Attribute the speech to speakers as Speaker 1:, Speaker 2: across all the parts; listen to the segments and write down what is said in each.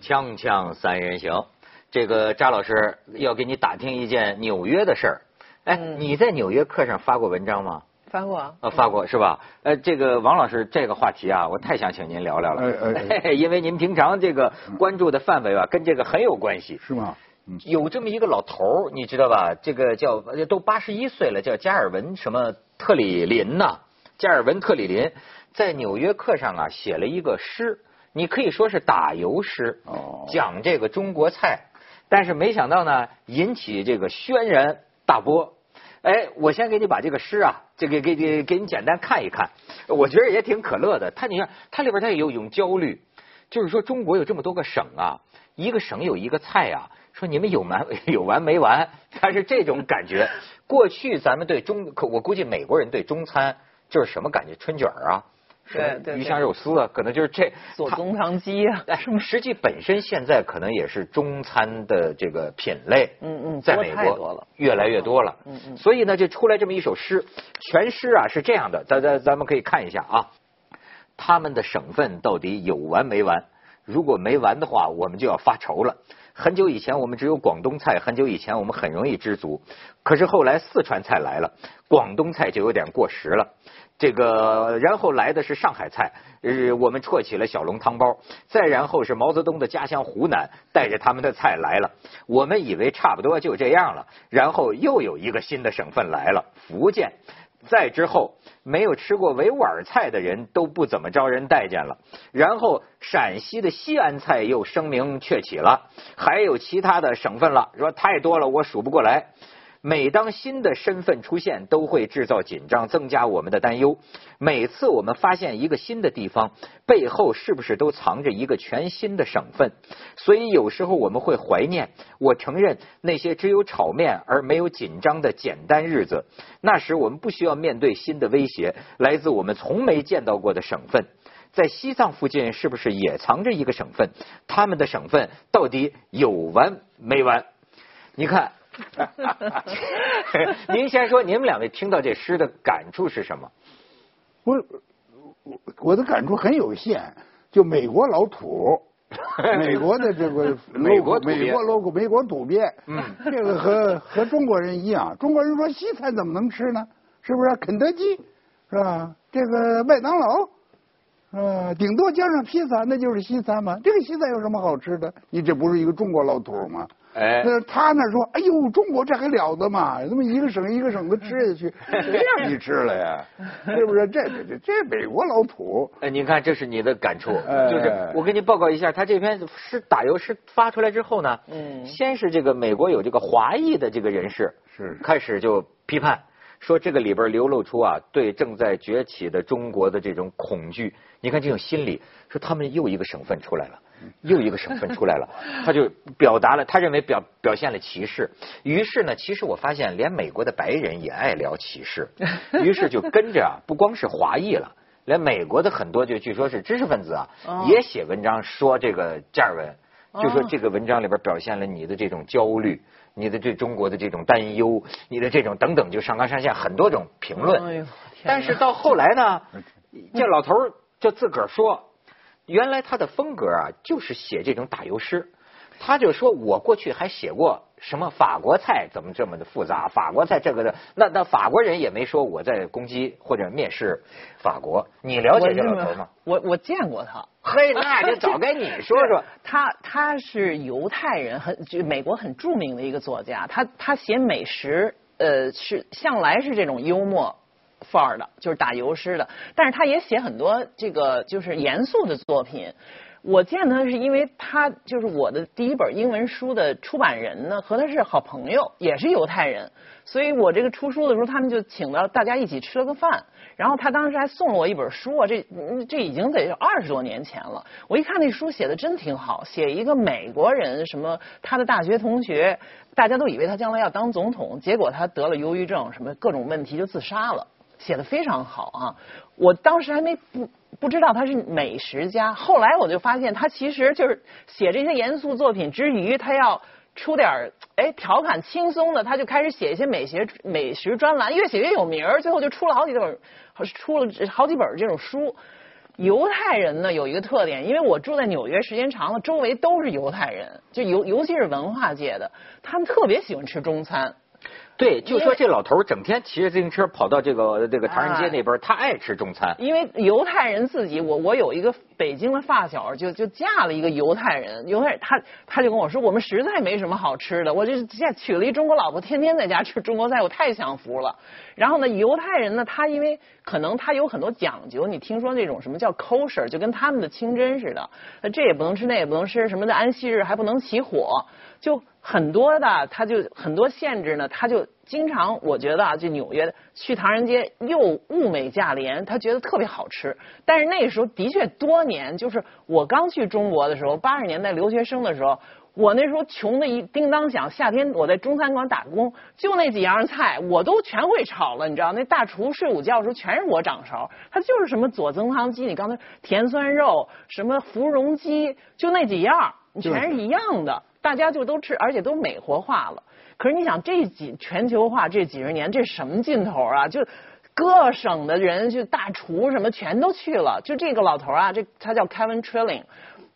Speaker 1: 锵锵三人行，这个扎老师要给你打听一件纽约的事儿。哎，
Speaker 2: 嗯
Speaker 1: 你在纽约客上发过文章吗？
Speaker 2: 翻过啊
Speaker 1: 呃，发过是吧？呃，这个王老师这个话题啊，我太想请您聊聊了，
Speaker 3: 哎 哎
Speaker 1: 因为您平常这个关注的范围啊，跟这个很有关系。
Speaker 3: 是吗？嗯，
Speaker 1: 有这么一个老头儿，你知道吧？这个叫都八十一岁了，叫加尔文什么特里林呐、加尔文特里林在《纽约客》上啊写了一个诗，你可以说是打油诗，
Speaker 3: 哦
Speaker 1: 讲这个中国菜，但是没想到呢引起这个轩然大波。哎，我先给你把这个诗啊，这个给给给你简单看一看，我觉得也挺可乐的。它你看，它里边它也有一种焦虑，就是说中国有这么多个省啊，一个省有一个菜啊，说你们有完 有完没完？它是这种感觉。过去咱们对中，可我估计美国人对中餐就是什么感觉？春卷儿啊，什么
Speaker 2: 对对
Speaker 1: 鱼
Speaker 2: 对
Speaker 1: 香肉丝啊，可能就是这。
Speaker 2: 左
Speaker 1: 它
Speaker 2: 宗棠鸡啊，
Speaker 1: 哎，实际本身现在可能也是中餐的这个品类，
Speaker 2: 嗯嗯
Speaker 1: 在
Speaker 2: 多
Speaker 1: 美
Speaker 2: 太多
Speaker 1: 国
Speaker 2: 了
Speaker 1: 越来越多了，
Speaker 2: 嗯嗯
Speaker 1: 所以呢，就出来这么一首诗，全诗啊是这样的，咱咱咱们可以看一下啊，他们的省份到底有完没完？如果没完的话，我们就要发愁了。很久以前我们只有广东菜，很久以前我们很容易知足，可是后来四川菜来了，广东菜就有点过时了。这个，然后来的是上海菜，呃，我们啜起了小笼汤包，再然后是毛泽东的家乡湖南，带着他们的菜来了。我们以为差不多就这样了，然后又有一个新的省份来了，福建。再之后，没有吃过维吾尔菜的人都不怎么招人待见了。然后，陕西的西安菜又声名鹊起了，还有其他的省份了，说太多了，我数不过来。每当新的身份出现，都会制造紧张，增加我们的担忧。每次我们发现一个新的地方，背后是不是都藏着一个全新的省份？所以有时候我们会怀念。我承认那些只有炒面而没有紧张的简单日子，那时我们不需要面对新的威胁，来自我们从没见到过的省份。在西藏附近是不是也藏着一个省份？他们的省份到底有完没完？你看， 您先说，你们两位听到这诗的感触是什么？
Speaker 3: 我我我的感触很有限，就美国老土，美国的这个
Speaker 1: 美国
Speaker 3: logo，
Speaker 1: 土鳖
Speaker 3: 美国 logo，美国土鳖，
Speaker 1: 嗯，
Speaker 3: 这个和和中国人一样，中国人说西餐怎么能吃呢？是不是肯德基是吧？这个麦当劳。呃，顶多加上披萨，那就是西餐嘛。这个西餐有什么好吃的？你这不是一个中国老土吗？
Speaker 1: 哎，
Speaker 3: 那他那说，哎呦，中国这还了得嘛？这么一个省一个省的吃下去，谁让你吃了呀？是不是？这这这这美国老土，
Speaker 1: 哎，您看，这是你的感触，
Speaker 3: 哎
Speaker 1: 就是我给你报告一下，他这篇诗打油诗发出来之后呢，
Speaker 2: 嗯
Speaker 1: 先是这个美国有这个华裔的这个人士
Speaker 3: 是
Speaker 1: 开始就批判说这个里边流露出啊对正在崛起的中国的这种恐惧，你看这种心理，说他们又一个省份出来了。又一个省份出来了， 他就表达了，他认为表表现了歧视。于是呢，其实我发现连美国的白人也爱聊歧视，于是就跟着啊，不光是华裔了，连美国的很多就据说是知识分子啊，
Speaker 2: 哦
Speaker 1: 也写文章说这个加尔文，就说
Speaker 2: 哦嗯
Speaker 1: 这个文章里边表现了你的这种焦虑，你的对中国的这种担忧，你的这种等等，就上纲上线很多种评论。
Speaker 2: 哎呦
Speaker 1: 但是到后来呢，
Speaker 2: 嗯
Speaker 1: 这老头儿就自个儿说，原来他的风格啊，就是写这种打油诗。他就说，我过去还写过什么法国菜怎么这么的复杂，法国菜这个的，那那法国人也没说我在攻击或者蔑视法国。你了解这老头吗？？
Speaker 2: 我我见过他，
Speaker 1: 嘿，那就早该你说说。
Speaker 2: 他他是犹太人，很就美国很著名的一个作家，他他写美食，呃，是向来是这种幽默范儿的，就是打油诗的，但是他也写很多这个就是严肃的作品。我见他是因为他就是我的第一本英文书的出版人呢，和他是好朋友，也是犹太人，所以我这个出书的时候，他们就请到大家一起吃了个饭，然后他当时还送了我一本书啊，这嗯这已经得二十多年前了。我一看那书写的真挺好，写一个美国人什么他的大学同学，大家都以为他将来要当总统，结果他得了忧郁症，什么各种问题就自杀了，写的非常好啊。我当时还没不不知道他是美食家，后来我就发现他其实就是写这些严肃作品之余，他要。出点儿哎调侃轻松的，他就开始写一些美学美食专栏，越写越有名儿，最后就出了好几本，出了好几本这种书。犹太人呢有一个特点，因为我住在纽约时间长了，周围都是犹太人，就尤尤其是文化界的，他们特别喜欢吃中餐。
Speaker 1: 对，就
Speaker 2: 因
Speaker 1: 说
Speaker 2: 为
Speaker 1: 这老头儿整天骑着自行车跑到这个这个唐人街那边儿，他爱吃中餐。
Speaker 2: 因为犹太人自己，我我有一个北京的发小，就就嫁了一个犹太人，犹太人他他就跟我说，我们实在没什么好吃的，我就现在娶了一中国老婆，天天在家吃中国菜，我太享福了。然后呢，犹太人呢，他因为可能他有很多讲究，你听说那种什么叫 kosher，就跟他们的清真似的，呃这也不能吃，那也不能吃，什么的安息日还不能起火，就很多的，他就很多限制呢，他就经常我觉得啊，这纽约的去唐人街又物美价廉，他觉得特别好吃。但是那时候的确多年，就是我刚去中国的时候，八十年代留学生的时候，我那时候穷的一叮当响。夏天我在中餐馆打工，就那几样菜我都全会炒了，你知道？那大厨睡午觉的时候全是我掌勺，他就是什么左增汤鸡，你刚才甜酸肉，什么芙蓉鸡，就那几样，全是一样的。大家就都吃，而且都美活化了。可是你想，这几全球化这几十年，这什么劲头啊？就各省的人，就大厨什么全都去了。就这个老头啊，这他叫 Kevin Trilling，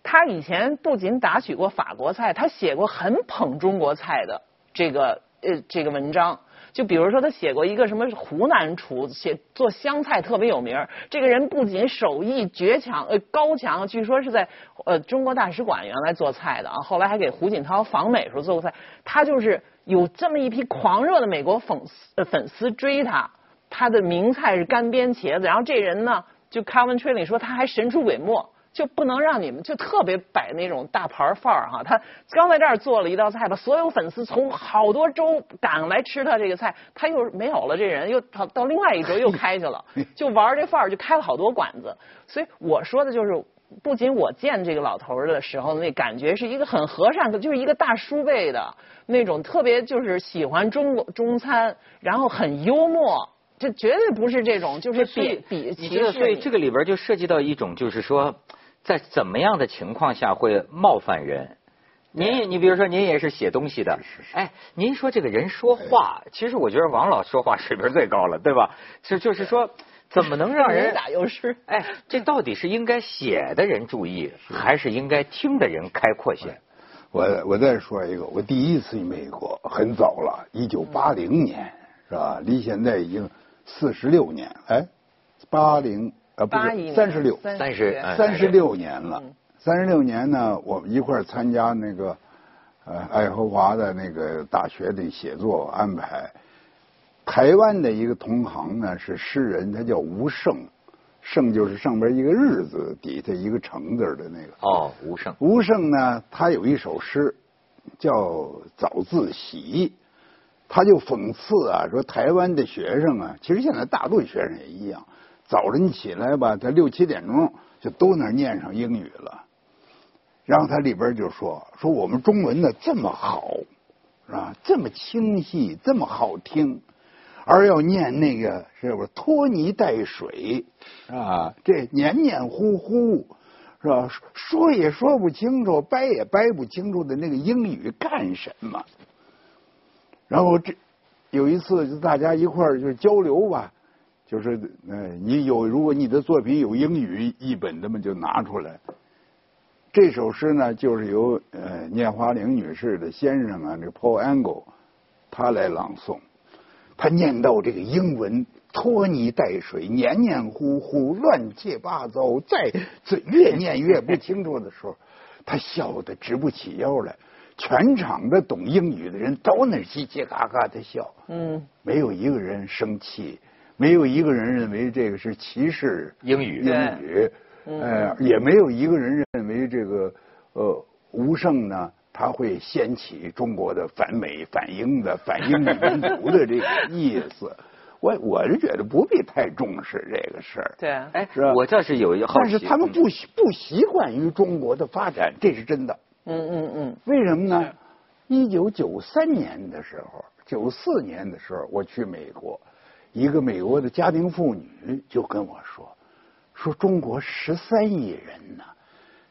Speaker 2: 他以前不仅打取过法国菜，他写过很捧中国菜的这个呃这个文章。就比如说，他写过一个什么湖南厨写做湘菜特别有名儿。这个人不仅手艺绝强，呃高强，据说是在呃中国大使馆原来做菜的啊，后来还给胡锦涛访美时候做过菜。他就是有这么一批狂热的美国粉丝、呃、粉丝追他，他的名菜是干煸茄子。然后这人呢，就 Calvin t r i l l 说他还神出鬼没。就不能让你们就特别摆那种大牌范儿哈。他刚在这儿做了一道菜，把所有粉丝从好多州赶来吃他这个菜，他又没有了，这人又到到另外一州又开去了，就玩这范儿，就开了好多馆子。所以我说的就是。不仅我见这个老头儿的时候，那感觉是一个很和善，就是一个大叔辈的那种，特别就是喜欢中国中餐，然后很幽默，这绝对不是这种就是
Speaker 1: 所以
Speaker 2: 比比
Speaker 1: 你
Speaker 2: 歧
Speaker 1: 觉得，
Speaker 2: 视你。
Speaker 1: 所以这个里边就涉及到一种，就是说，在怎么样的情况下会冒犯人？您也，你比如说，您也是写东西的，哎，您说这个人说话，其实我觉得王老说话水平最高了，对吧？就就是说，怎么能让人
Speaker 2: 你打油诗。
Speaker 1: 哎，这到底是应该写的人注意，还是应该听的人开阔些？
Speaker 3: 我我再说一个，我第一次去美国很早了，一九八零年是吧？离现在已经四十六年，哎，八零啊不
Speaker 2: 八一
Speaker 3: 是
Speaker 2: 年
Speaker 3: 三十六，
Speaker 1: 三十哎嗯
Speaker 3: 三十六年了，三十六年呢，我们一块儿参加那个呃爱荷华的那个大学的写作安排。台湾的一个同行呢是诗人，他叫吴胜，胜就是上边一个日字，底下一个成字儿的那个。
Speaker 1: 哦，无声。
Speaker 3: 吴胜呢，他有一首诗叫《早自习》，他就讽刺啊，说台湾的学生啊，其实现在大陆学生也一样，早晨起来吧，他六七点钟就都那儿念上英语了。然后他里边就说说我们中文呢这么好，是吧？这么清晰，这么好听，而要念那个是不是拖泥带水啊？这黏黏糊糊是吧？说也说不清楚，掰也掰不清楚的那个英语干什么？然后这有一次就大家一块儿就是交流吧，就是呃，你有如果你的作品有英语译本的嘛，就拿出来。这首诗呢，就是由呃聂华苓女士的先生啊，这个 Paul Angle，他来朗诵。他念到这个英文拖泥带水、黏黏糊糊、乱七八糟，再这越念越不清楚的时候，他笑得直不起腰来。全场的懂英语的人都那儿嘻嘻哈哈的笑，
Speaker 2: 嗯，
Speaker 3: 没有一个人生气，没有一个人认为这个是歧视
Speaker 1: 英语
Speaker 3: 英语，
Speaker 2: 嗯
Speaker 1: 嗯
Speaker 3: 呃，也没有一个人认为这个呃吴胜呢，他会掀起中国的反美、反英的、反英语民族的这个意思。 我我是觉得不必太重视这个事儿，
Speaker 2: 对，嗯
Speaker 1: 哎
Speaker 3: 是啊，
Speaker 1: 我倒是有一个好
Speaker 3: 但
Speaker 1: 奇，嗯
Speaker 3: 是他们不习不习惯于中国的发展，这是真的。
Speaker 2: 嗯嗯嗯，
Speaker 3: 为什么呢？一九九三年的时候，九四年的时候，我去美国，一个美国的家庭妇女就跟我说，说中国十三亿人呢，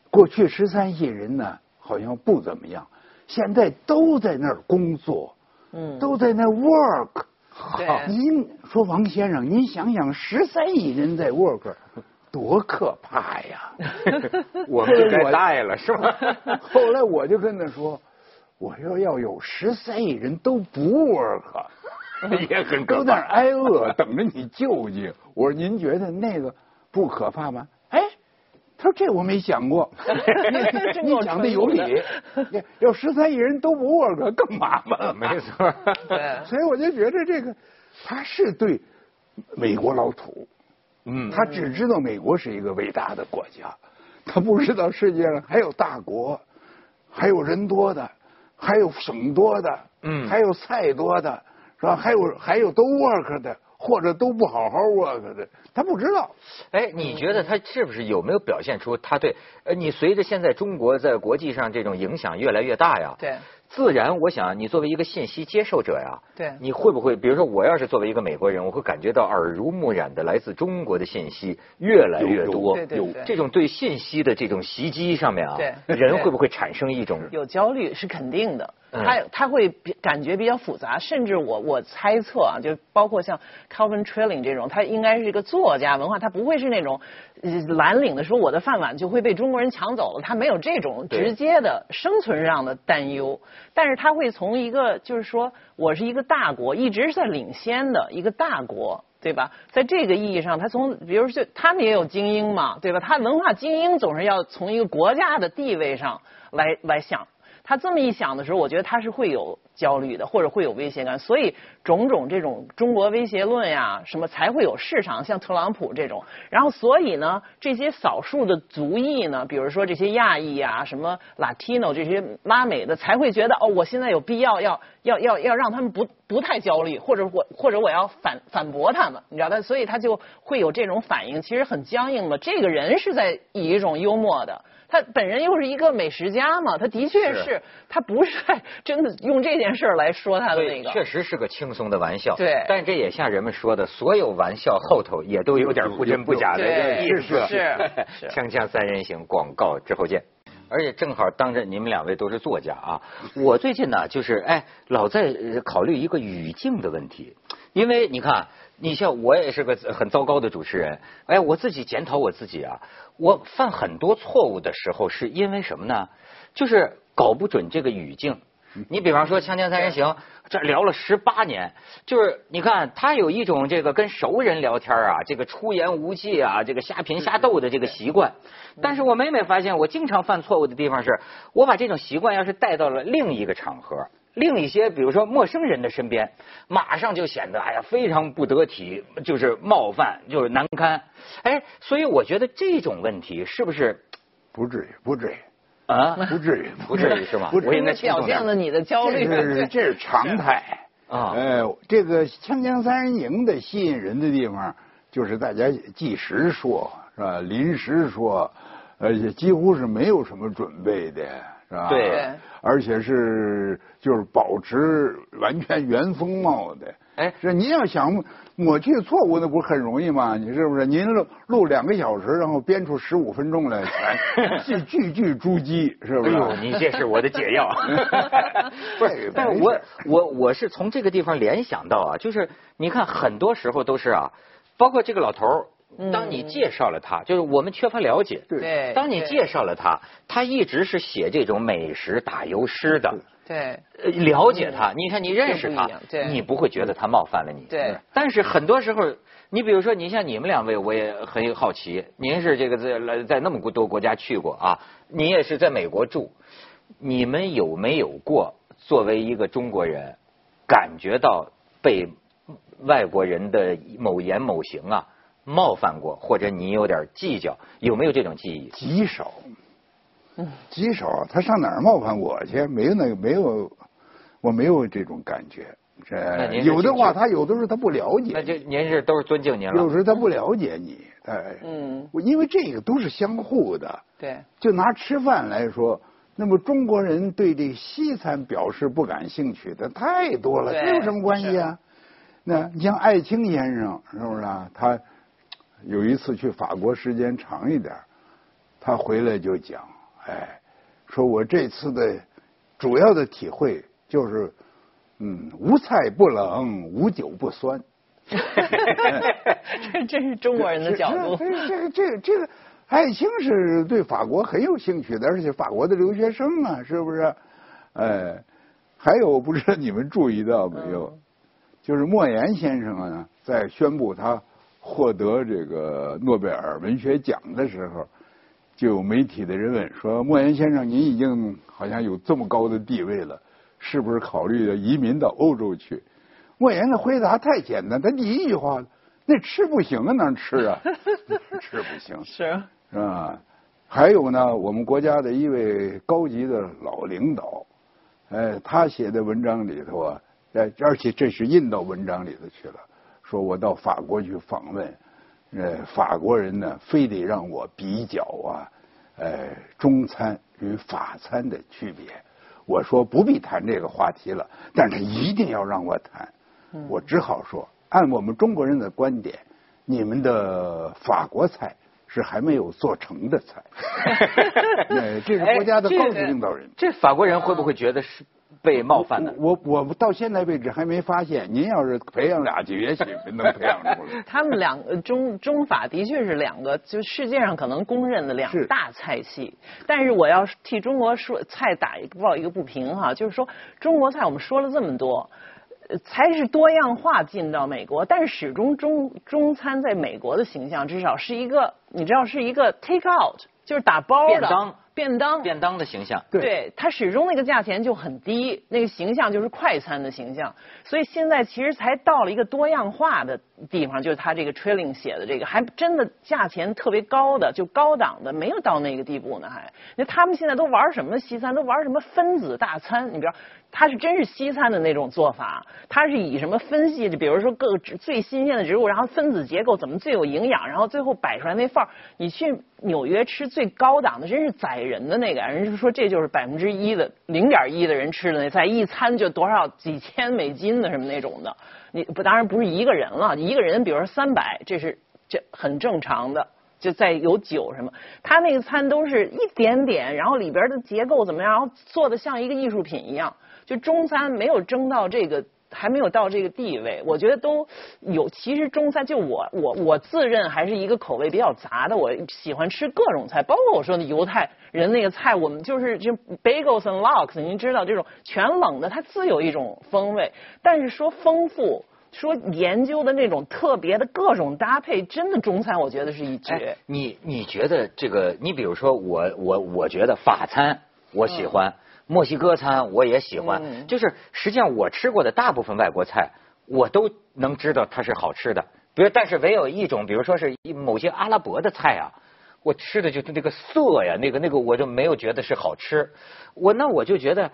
Speaker 3: 过去十三亿人呢好像不怎么样，现在都在那儿工作，
Speaker 2: 嗯
Speaker 3: 都在那儿 work。
Speaker 2: 对
Speaker 3: 您说王先生，您想想，十三亿人在 work，多可怕 呀！
Speaker 1: 我们就该带了是吧？
Speaker 3: 后来我就跟他说，我说要有十三亿人都不 work，
Speaker 1: 也很
Speaker 3: 都
Speaker 1: 可
Speaker 3: 在那
Speaker 1: 怕
Speaker 3: 儿。挨饿，等着你救济。我说您觉得那个不可怕吗？哎，他说这我没想过，
Speaker 2: 真
Speaker 3: 你
Speaker 2: 够
Speaker 3: 讲
Speaker 2: 淳
Speaker 3: 的有
Speaker 2: 朴的
Speaker 3: 理。要十三亿人都不 work 更麻烦 了。
Speaker 1: 没 错，
Speaker 2: 对，
Speaker 3: 所以我就觉得这个他是对美国老土，
Speaker 1: 嗯，
Speaker 3: 他只知道美国是一个伟大的国家，他不知道世界上还有大国，还有人多的，还有省多的，
Speaker 1: 嗯
Speaker 3: 还有菜多的，是吧？还有还有都 work 的，或者都不好好 work 的，他不知道。
Speaker 1: 哎，你觉得他是不是有没有表现出他对？呃，你随着现在中国在国际上这种影响越来越大呀，
Speaker 2: 对，
Speaker 1: 自然我想你作为一个信息接受者呀，
Speaker 2: 对
Speaker 1: 你会不会，比如说我要是作为一个美国人，我会感觉到耳濡目染的来自中国的信息越来越多，
Speaker 2: 有有对对
Speaker 1: 有
Speaker 2: 对
Speaker 1: 这种对信息的这种袭击上面啊，
Speaker 2: 对
Speaker 1: 人会不会产生一种
Speaker 2: 有焦虑是肯定的，
Speaker 1: 嗯
Speaker 2: 他他会比感觉比较复杂，甚至我我猜测啊，就包括像 Calvin Trilling 这种，他应该是一个作家文化，他不会是那种呃蓝领的说我的饭碗就会被中国人抢走了，他没有这种
Speaker 1: 对
Speaker 2: 直接的生存上的担忧，但是他会从一个就是说我是一个大国，一直是在领先的一个大国。对吧？在这个意义上，他从，比如说，他们也有精英嘛，对吧？他文化精英总是要从一个国家的地位上来来想，他这么一想的时候，我觉得他是会有焦虑的，或者会有威胁感，所以种种这种中国威胁论呀，什么才会有市场，像特朗普这种。然后，所以呢，这些少数的族裔呢，比如说这些亚裔啊，什么 Latino 这些拉美的，才会觉得哦，我现在有必要要要要要让他们不不太焦虑，或者我或者我要反反驳他们，你知道吧？所以他就会有这种反应，其实很僵硬嘛。这个人是在以一种幽默的。他本人又是一个美食家嘛，他的确
Speaker 1: 是
Speaker 2: 是，他不是在真的用这件事儿来说他的那
Speaker 1: 对，
Speaker 2: 个，
Speaker 1: 确实是个轻松的玩笑。
Speaker 2: 对
Speaker 1: 但这也像人们说的，所有玩笑后头也都有点不真不假的
Speaker 2: 对
Speaker 1: 意思。
Speaker 2: 是是是
Speaker 1: 锵锵三人行，广告之后见。而且正好当着你们两位都是作家啊，我最近呢就是哎老在呃考虑一个语境的问题，因为你看，你像我也是个很糟糕的主持人，哎，我自己检讨我自己啊，我犯很多错误的时候是因为什么呢？就是搞不准这个语境。你比方说《锵锵三人行》，这聊了十八年，就是你看他有一种这个跟熟人聊天啊，这个出言无忌啊，这个瞎贫瞎斗的这个习惯。但是我每每发现，我经常犯错误的地方是，我把这种习惯要是带到了另一个场合。另一些，比如说陌生人的身边，马上就显得哎呀非常不得体，就是冒犯，就是难堪。哎，所以我觉得这种问题是不是
Speaker 3: 不至于，不至于，
Speaker 1: 啊？
Speaker 3: 不至于，
Speaker 1: 不至 于是吗？
Speaker 3: 不至于
Speaker 1: 我应该轻
Speaker 2: 表
Speaker 1: 松点
Speaker 2: 现了你的焦虑。
Speaker 3: 这是这是常态
Speaker 1: 啊
Speaker 3: 呃，这个《锵锵三人行》的吸引人的地方，就是大家即时说，是吧？临时说，而且几乎是没有什么准备的，是吧？
Speaker 1: 对
Speaker 2: 对
Speaker 3: 而且是就是保持完全原风貌的。
Speaker 1: 哎
Speaker 3: 这您要想抹去错误，那不是很容易吗？你是不是？您录录两个小时，然后编出十五分钟来， 全是句句珠玑，是不
Speaker 1: 哎
Speaker 3: 是？
Speaker 1: 呦，你这是我的解 药。不
Speaker 3: 这
Speaker 1: 是
Speaker 3: 个，
Speaker 1: 但
Speaker 3: 没
Speaker 1: 是我
Speaker 3: 事
Speaker 1: 我我是从这个地方联想到啊，就是你看很多时候都是啊，包括这个老头儿，当你介绍了他，就是我们缺乏了解。
Speaker 3: 嗯对
Speaker 2: 对，
Speaker 1: 当你介绍了他，他一直是写这种美食打油诗的。
Speaker 2: 对
Speaker 1: 呃了解他，你看你认识
Speaker 2: 并不
Speaker 1: 他
Speaker 2: 一样对，
Speaker 1: 你不会觉得他冒犯了你。嗯
Speaker 2: 对。
Speaker 1: 但是很多时候，你比如说，你像你们两位，我也很好奇，您是这个在来在那么多国家去过啊，你也是在美国住，你们有没有过作为一个中国人，感觉到被外国人的某言某行啊冒犯过，或者你有点计较，有没有这种记忆？
Speaker 3: 极少，
Speaker 2: 嗯
Speaker 3: 极少。啊他上哪儿冒犯我去？没有那个，没有，我没有这种感觉。
Speaker 1: 那
Speaker 3: 这
Speaker 1: 您是
Speaker 3: 有的话，
Speaker 1: 去
Speaker 3: 他有的时候他不了解
Speaker 1: 那就您是都是尊敬您
Speaker 3: 有
Speaker 1: 了，
Speaker 3: 时候他不了解你，哎，
Speaker 2: 嗯，
Speaker 3: 我因为这个都是相互的。
Speaker 2: 对
Speaker 3: 就拿吃饭来说，那么中国人对这西餐表示不感兴趣的太多了，
Speaker 2: 对
Speaker 3: 这有什么关系啊？那你像艾青先生是不是啊？他有一次去法国时间长一点儿，他回来就讲，哎，说我这次的主要的体会就是，嗯，无菜不冷，无酒不酸。
Speaker 2: 这真是中国人的角度。
Speaker 3: 是是这个这个这个爱情是对法国很有兴趣的，而且法国的留学生啊，是不是？哎，还有不知道你们注意到没有，就是莫言先生啊，在宣布他获得这个诺贝尔文学奖的时候，就有媒体的人问说：“莫言先生，您已经好像有这么高的地位了，是不是考虑移民到欧洲去？”莫言的回答太简单，他第一句话：“那吃不行啊，哪吃啊？ 吃不行。”
Speaker 2: 是，
Speaker 3: 是吧？还有呢，我们国家的一位高级的老领导，哎，他写的文章里头啊，哎，而且这是印到文章里头去了，说我到法国去访问，呃，法国人呢，非得让我比较啊，呃，中餐与法餐的区别。我说不必谈这个话题了，但是他一定要让我谈，我只好说，按我们中国人的观点，你们的法国菜是还没有做成的 菜。哎，这是国家的高级领导人。
Speaker 1: 这法国人会不会觉得是被冒犯呢？
Speaker 3: 我我我到现在为止还没发现，您要是培养俩去，也许能培养出 来。
Speaker 2: 他们两个中中法的确是两个，就世界上可能公认的两
Speaker 3: 是
Speaker 2: 大菜系。但是我要是替中国说菜打一个抱一个不平哈，就是说中国菜我们说了这么多。呃才是多样化进到美国，但是始终中中餐在美国的形象，至少是一个，你知道是一个 take out，就是打包的
Speaker 1: 便当
Speaker 2: 便当，
Speaker 1: 便当的形象，
Speaker 3: 对
Speaker 2: 对，它始终那个价钱就很低，那个形象就是快餐的形象，所以现在其实才到了一个多样化的地方，就是他这个 Trilling 写的这个，还真的价钱特别高的，就高档的，没有到那个地步呢，还。那他们现在都玩什么西餐？都玩什么分子大餐？你比如，他是真是西餐的那种做法，他是以什么分析？就比如说各植最新鲜的植物，然后分子结构怎么最有营养，然后最后摆出来那范儿。你去纽约吃最高档的，真是宰人的那个，啊人家说这就是百分之一的零点一的人吃的那菜，一餐就多少几千美金的什么那种的。你不当然不是一个人了，一个人比如说三百，这是这很正常的。就在有酒什么，他那个餐都是一点点，然后里边的结构怎么样，然后做的像一个艺术品一样。就中餐没有争到这个，还没有到这个地位，我觉得都有。其实中餐就我我我自认还是一个口味比较杂的，我喜欢吃各种菜，包括我说的犹太人那个菜，我们就是就 bagels and lox，您知道这种全冷的，它自有一种风味。但是说丰富。说研究的那种特别的各种搭配，真的中餐我觉得是一绝。
Speaker 1: 哎，你你觉得这个？你比如说我我我觉得法餐我喜欢，墨西哥餐我也喜欢，
Speaker 2: 嗯
Speaker 1: 就是实际上我吃过的大部分外国菜，我都能知道它是好吃的。比如，但是唯有一种，比如说是一某些阿拉伯的菜啊，我吃的就是那个涩呀，那个那个我就没有觉得是好吃。我那我就觉得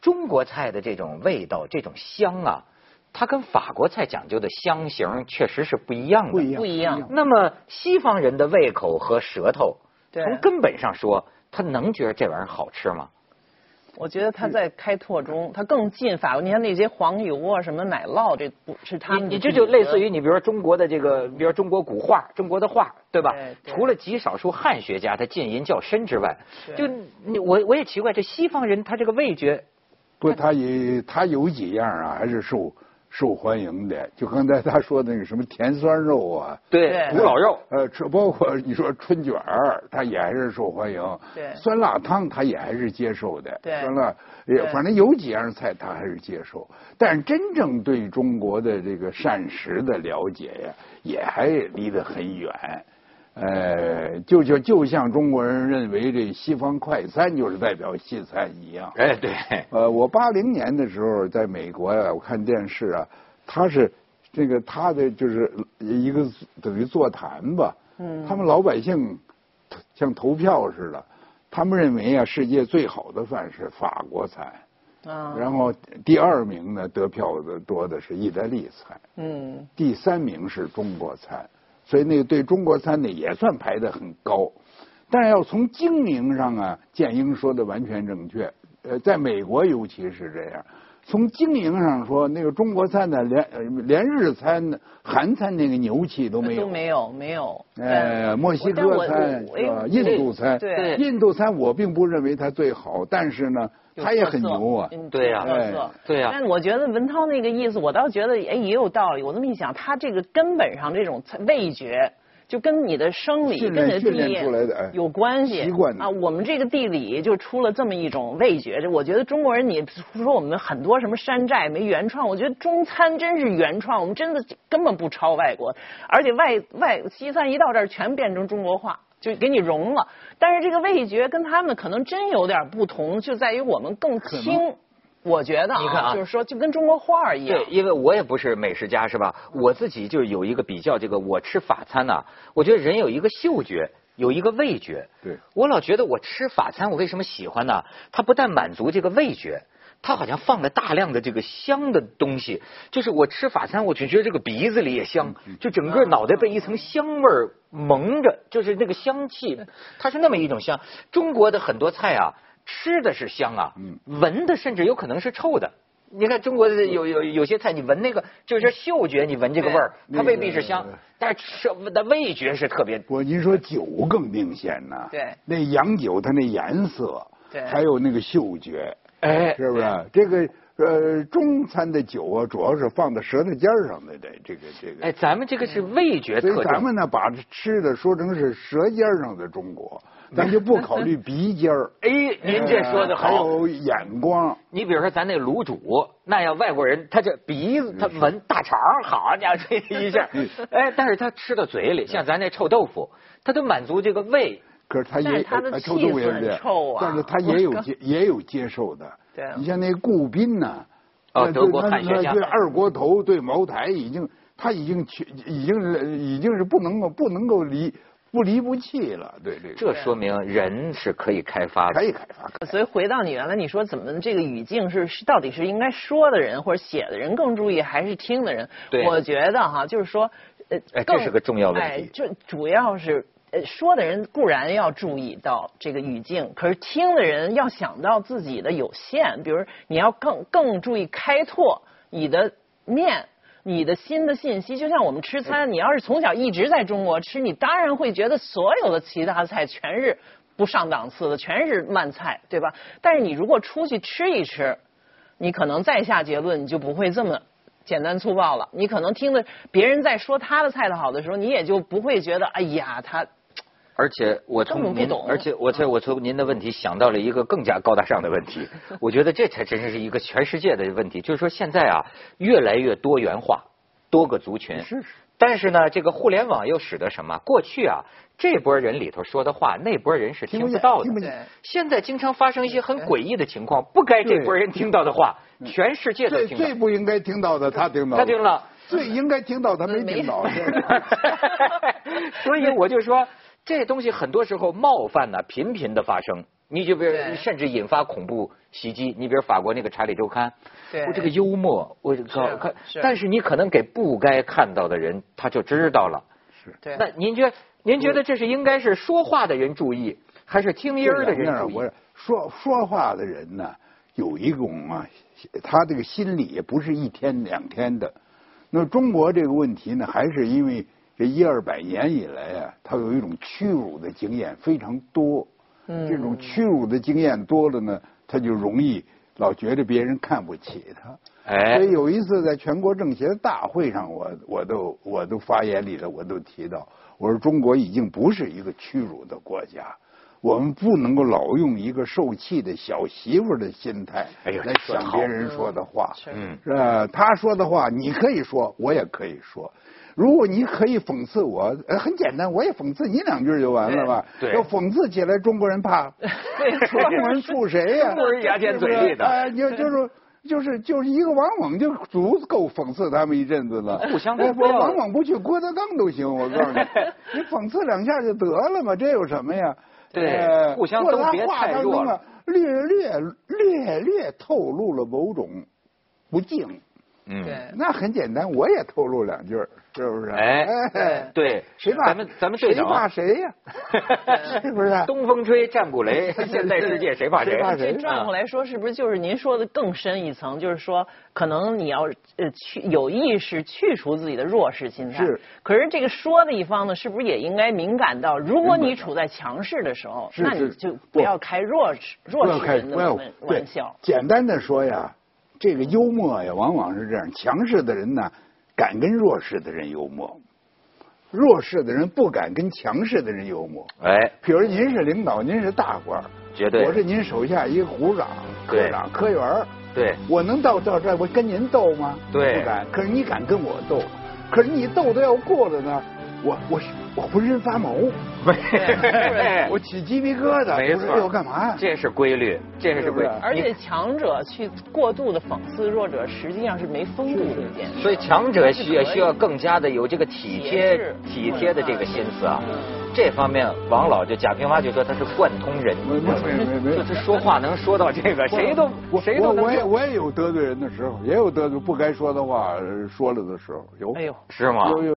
Speaker 1: 中国菜的这种味道，这种香啊，它跟法国菜讲究的香型确实是不一样的。
Speaker 3: 不一样，
Speaker 2: 不一样
Speaker 1: 那么西方人的胃口和舌头，
Speaker 2: 对
Speaker 1: 从根本上说，他能觉得这玩意儿好吃吗？
Speaker 2: 我觉得他
Speaker 1: 嗯
Speaker 2: 在开拓中，他更近法国。你看那些黄油啊，什么奶酪，这不是他
Speaker 1: 你
Speaker 2: 们的
Speaker 1: 你这就类似
Speaker 2: 底
Speaker 1: 于你比如说中国的这个，比如说中国古画、中国的画，对吧？
Speaker 2: 对对
Speaker 1: 除了极少数汉学家他浸淫较深之外，
Speaker 2: 是
Speaker 1: 就你我我也奇怪，这西方人他这个味觉，
Speaker 3: 不，他也他有几样啊，还是受受欢迎的。就刚才他说的那个什么甜酸肉啊，
Speaker 2: 对
Speaker 1: 古老肉，
Speaker 3: 呃，吃包括你说春卷儿，它也还是受欢迎。
Speaker 2: 对
Speaker 3: 酸辣汤他也还是接受的。
Speaker 2: 对
Speaker 3: 酸辣也
Speaker 2: 对
Speaker 3: 反正有几样菜他还是接受，但是真正对中国的这个膳食的了解呀，也还离得很远。呃，就就就像中国人认为这西方快餐就是代表西餐一样。
Speaker 1: 哎， 对，
Speaker 3: 呃，我八零年的时候在美国呀、我看电视啊，他是这个他的就是一个等于座谈吧，嗯，他们老百姓像投票似的，他们认为啊，世界最好的饭是法国菜，
Speaker 2: 子啊，
Speaker 3: 然后第二名呢得票的多的是意大利菜，
Speaker 2: 嗯，
Speaker 3: 第三名是中国餐，所以那个对中国餐呢也算排得很高，但是要从经营上啊，建英说的完全正确，呃，在美国尤其是这样，从经营上说，那个中国菜呢，连呃连日餐、韩餐那个牛气都没有，
Speaker 2: 都没有没有。
Speaker 3: 哎，
Speaker 2: 嗯
Speaker 3: 墨西
Speaker 2: 但我
Speaker 3: 哥餐
Speaker 2: 我
Speaker 3: 是吧
Speaker 2: 哎？
Speaker 3: 印
Speaker 2: 对
Speaker 3: 度餐，
Speaker 2: 对
Speaker 3: 印度餐我并不认为它最好，但是呢，
Speaker 2: 有
Speaker 3: 它也
Speaker 2: 特
Speaker 3: 很
Speaker 2: 色
Speaker 3: 牛啊。
Speaker 2: 嗯
Speaker 1: 对呀
Speaker 2: 有特色
Speaker 3: 哎
Speaker 1: 对啊呀
Speaker 2: 但我觉得文涛那个意思，我倒觉得哎也有道理。我这么一想，他这个根本上这种味觉，就跟你的生理、
Speaker 3: 训
Speaker 2: 跟
Speaker 3: 练
Speaker 2: 你的地
Speaker 3: 训练出来的哎
Speaker 2: 理有关系。
Speaker 3: 习惯的
Speaker 2: 啊，我们这个地理就出了这么一种味觉。这我觉得中国人，你说我们很多什么山寨没原创，我觉得中餐真是原创，我们真的根本不超外国，而且外外西餐一到这儿全变成中国化。就给你融了，但是这个味觉跟他们可能真有点不同，就在于我们更
Speaker 3: 可能
Speaker 2: 轻。我觉得啊，
Speaker 1: 你看啊
Speaker 2: 就是说，就跟中国画儿一样
Speaker 1: 对，，因为我也不是美食家，是吧？我自己就有一个比较，这个我吃法餐呐、我觉得人有一个嗅觉，有一个味觉。
Speaker 3: 对，
Speaker 1: 我老觉得我吃法餐，我为什么喜欢呢？它不但满足这个味觉，它好像放了大量的这个香的东西。就是我吃法餐，我就觉得这个鼻子里也香，就整个脑袋被一层香味儿蒙着，就是那个香气， 它是那么一种香。中国的很多菜啊，吃的是香啊，闻的甚至有可能是臭的。你看中国的有有有些菜，你闻那个就是嗅觉，你哎闻这个味儿，它未必是香，但是吃的味觉是特别
Speaker 3: 我您说酒更明显呐，
Speaker 2: 对
Speaker 3: 那洋酒它那颜色，
Speaker 2: 对
Speaker 3: 还有那个嗅觉，
Speaker 1: 哎
Speaker 3: 是不是？这个呃，中餐的酒啊，主要是放在舌头尖儿上的，这这个这个。
Speaker 1: 哎，咱们这个是味觉
Speaker 3: 所
Speaker 1: 特
Speaker 3: 以咱
Speaker 1: 征。
Speaker 3: 们呢，把这吃的说成是舌尖儿上的中国，咱就不考虑鼻尖儿。呃
Speaker 1: 哎，您这说的
Speaker 3: 嗯还
Speaker 1: 好。
Speaker 3: 有眼光，
Speaker 1: 你比如说咱那卤煮，那要外国人他这鼻
Speaker 3: 嗯
Speaker 1: 子他闻大肠，好家伙这一下， 哎，但是他吃到嘴里，
Speaker 3: 嗯
Speaker 1: 像咱这臭豆腐，他都满足这个胃。
Speaker 3: 可是他
Speaker 2: 但
Speaker 3: 也
Speaker 2: 是他的
Speaker 3: 哎
Speaker 2: 气
Speaker 3: 豆腐也
Speaker 2: 很
Speaker 3: 是这样
Speaker 2: 臭啊
Speaker 3: 但是他 也有接也有接受的。
Speaker 2: 对啊
Speaker 3: 你像那顾斌呐，
Speaker 1: 哦
Speaker 3: 那
Speaker 1: 德
Speaker 3: 对
Speaker 1: 国
Speaker 3: 他
Speaker 1: 汉学家
Speaker 3: 对二锅头对茅台已经他已经去已经是已经是不能够不能够离不离不弃了，对这个
Speaker 1: 这说明人是可以开发
Speaker 3: 可
Speaker 1: 的。
Speaker 3: 以开发。
Speaker 2: 所以回到你原来你说怎么这个语境是是到底是应该说的人或者写的人更注意，还是听的人？
Speaker 1: 对
Speaker 2: 我觉得哈，就是说，呃
Speaker 1: 哎，
Speaker 2: 更
Speaker 1: 这是个重要问题
Speaker 2: 哎，就主要是呃说的人固然要注意到这个语境，可是听的人要想到自己的有限，比如你要更更注意开拓你的面。你的新的信息，就像我们吃餐，你要是从小一直在中国吃，你当然会觉得所有的其他菜全是不上档次的，全是慢菜，对吧？但是你如果出去吃一吃，你可能再下结论，你就不会这么简单粗暴了。你可能听的别人在说他的菜的好的时候，你也就不会觉得哎呀，他
Speaker 1: 而且我
Speaker 2: 根本
Speaker 1: 从
Speaker 2: 不
Speaker 1: 您，
Speaker 2: 懂
Speaker 1: 而且我在我从您的问题想到了一个更加高大上的问题， 我觉得这才真是一个全世界的问题，就是说现在啊，越来越多元化，多个族群。
Speaker 3: 是是。
Speaker 1: 但是呢，这个互联网又使得什么？过去啊，这波人里头说的话，那波人是听
Speaker 3: 听不
Speaker 1: 不
Speaker 3: 见
Speaker 1: 到的
Speaker 3: 听不。
Speaker 2: 见
Speaker 1: 现在经常发生一些很诡异的情况，不该这波人听到的话，全世界都
Speaker 3: 最
Speaker 1: 听到
Speaker 3: 嗯最。不应该听到的他听到了，
Speaker 1: 他听了。
Speaker 3: 最应该听到他没听到。
Speaker 1: 所以我就说，这东西很多时候冒犯呢、频频的发生。你就比如
Speaker 2: 对
Speaker 1: 甚至引发恐怖袭击，你比如法国那个《查理周刊》，哦
Speaker 2: 对
Speaker 1: 我这个幽默，我这个
Speaker 2: 是
Speaker 1: 看，
Speaker 2: 是
Speaker 1: 但是你可能给不该看到的人，他就知道了。
Speaker 2: 对
Speaker 1: 那您觉您觉得这是应该是说话的人注意，还是听音儿的
Speaker 3: 这两
Speaker 1: 人
Speaker 3: 面儿
Speaker 1: 注
Speaker 3: 我
Speaker 1: 意？
Speaker 3: 是说说话的人呢，有一种啊，他这个心理也不是一天两天的。那中国这个问题呢，还是因为这一二百年以来啊，他有一种屈辱的经验非常多。嗯，这种屈辱的经验多了呢，他就容易老觉得别人看不起他。
Speaker 1: 哎
Speaker 3: 所以有一次在全国政协大会上，我我都我都发言里头我都提到，我说中国已经不是一个屈辱的国家，我们不能够老用一个受气的小媳妇儿的心态
Speaker 1: 哎呦
Speaker 3: 来
Speaker 1: 这
Speaker 3: 想
Speaker 1: 好
Speaker 3: 别人说的话。
Speaker 2: 是
Speaker 1: 嗯
Speaker 3: 是吧？呃他说的话你可以说，我也可以说。如果你可以讽刺我，呃很简单，我也讽刺你两句就完了吧？
Speaker 1: 哎对对
Speaker 3: 要讽刺起来，中国 人怕，中国人怵谁呀、
Speaker 1: 中国人牙尖嘴利的
Speaker 3: 哎，就就是。就是就是一个王猛就足够讽刺他们一阵子了，
Speaker 1: 互相都
Speaker 3: 哎
Speaker 1: 不要
Speaker 3: 王猛不去郭德纲都行，我告诉你，你讽刺两下就得了嘛，这有什么呀？
Speaker 1: 对
Speaker 3: 呃
Speaker 1: 互相
Speaker 3: 或者
Speaker 1: 都
Speaker 3: 他
Speaker 1: 别
Speaker 3: 话
Speaker 1: 太
Speaker 3: 当
Speaker 1: 弱
Speaker 3: 中
Speaker 1: 了
Speaker 3: 啊略略略略透露了某种不敬，
Speaker 1: 嗯，
Speaker 2: 对
Speaker 3: 那很简单，我也透露两句儿，是不是？
Speaker 1: 哎对，
Speaker 3: 谁怕
Speaker 1: 咱们咱们队
Speaker 3: 谁怕
Speaker 1: 长，啊
Speaker 3: 谁呀、 是不是？
Speaker 1: 东风吹，战鼓 擂，现代世界谁怕谁？
Speaker 3: 谁怕谁
Speaker 2: 这转过来说，是不是就是您说的更深一层？就是说，可能你要呃去有意识去除自己的弱势心态。
Speaker 3: 是。
Speaker 2: 可是这个说的一方呢，是不是也应该敏感到，如果你
Speaker 3: 敏感到
Speaker 2: 处在强势的时候，
Speaker 3: 是
Speaker 2: 那你
Speaker 3: 是
Speaker 2: 就
Speaker 3: 不
Speaker 2: 不要开弱势
Speaker 3: 不
Speaker 2: 弱
Speaker 3: 要
Speaker 2: 势
Speaker 3: 开，
Speaker 2: 人
Speaker 3: 不
Speaker 2: 的
Speaker 3: 要
Speaker 2: 玩
Speaker 3: 对
Speaker 2: 玩笑。
Speaker 3: 简单的说呀，这个幽默呀，往往是这样：强势的人呢，敢跟弱势的人幽默；弱势的人不敢跟强势的人幽默。
Speaker 1: 哎，
Speaker 3: 比如您是领导，您是大官儿，
Speaker 1: 绝对
Speaker 3: 我是您手下一个股长、科
Speaker 1: 对
Speaker 3: 长、科员儿
Speaker 1: 对，
Speaker 3: 我能到到这儿我跟您斗吗？
Speaker 1: 对
Speaker 3: 不敢。可是你敢跟我斗，可是你斗的要过了呢，我我是我浑身发毛， 我起鸡皮疙瘩，
Speaker 1: 哎没
Speaker 3: 我说
Speaker 1: 错
Speaker 3: 哎呦干嘛 呀？
Speaker 1: 这是规律，这是规律。
Speaker 3: 是不是
Speaker 2: 而
Speaker 1: 你
Speaker 2: 且强者去过度的讽刺弱者，实际上是没风度的一件事。
Speaker 1: 所以强者需要
Speaker 2: 是可以
Speaker 1: 需要更加的有这个体
Speaker 2: 节
Speaker 1: 贴
Speaker 2: 制
Speaker 1: 体贴的这个心思啊
Speaker 2: 嗯。
Speaker 1: 这方面，王老就贾平凹就说他是贯通人，
Speaker 3: 没没没没没
Speaker 1: 就他说话能说到这个，谁都
Speaker 3: 我
Speaker 1: 谁都
Speaker 3: 我
Speaker 1: 能
Speaker 3: 我也
Speaker 1: 用，
Speaker 3: 我也有得罪人的时候，也有得罪不该说的话呃说了的时候，有
Speaker 2: 哎呦。
Speaker 1: 是吗？
Speaker 3: 有有。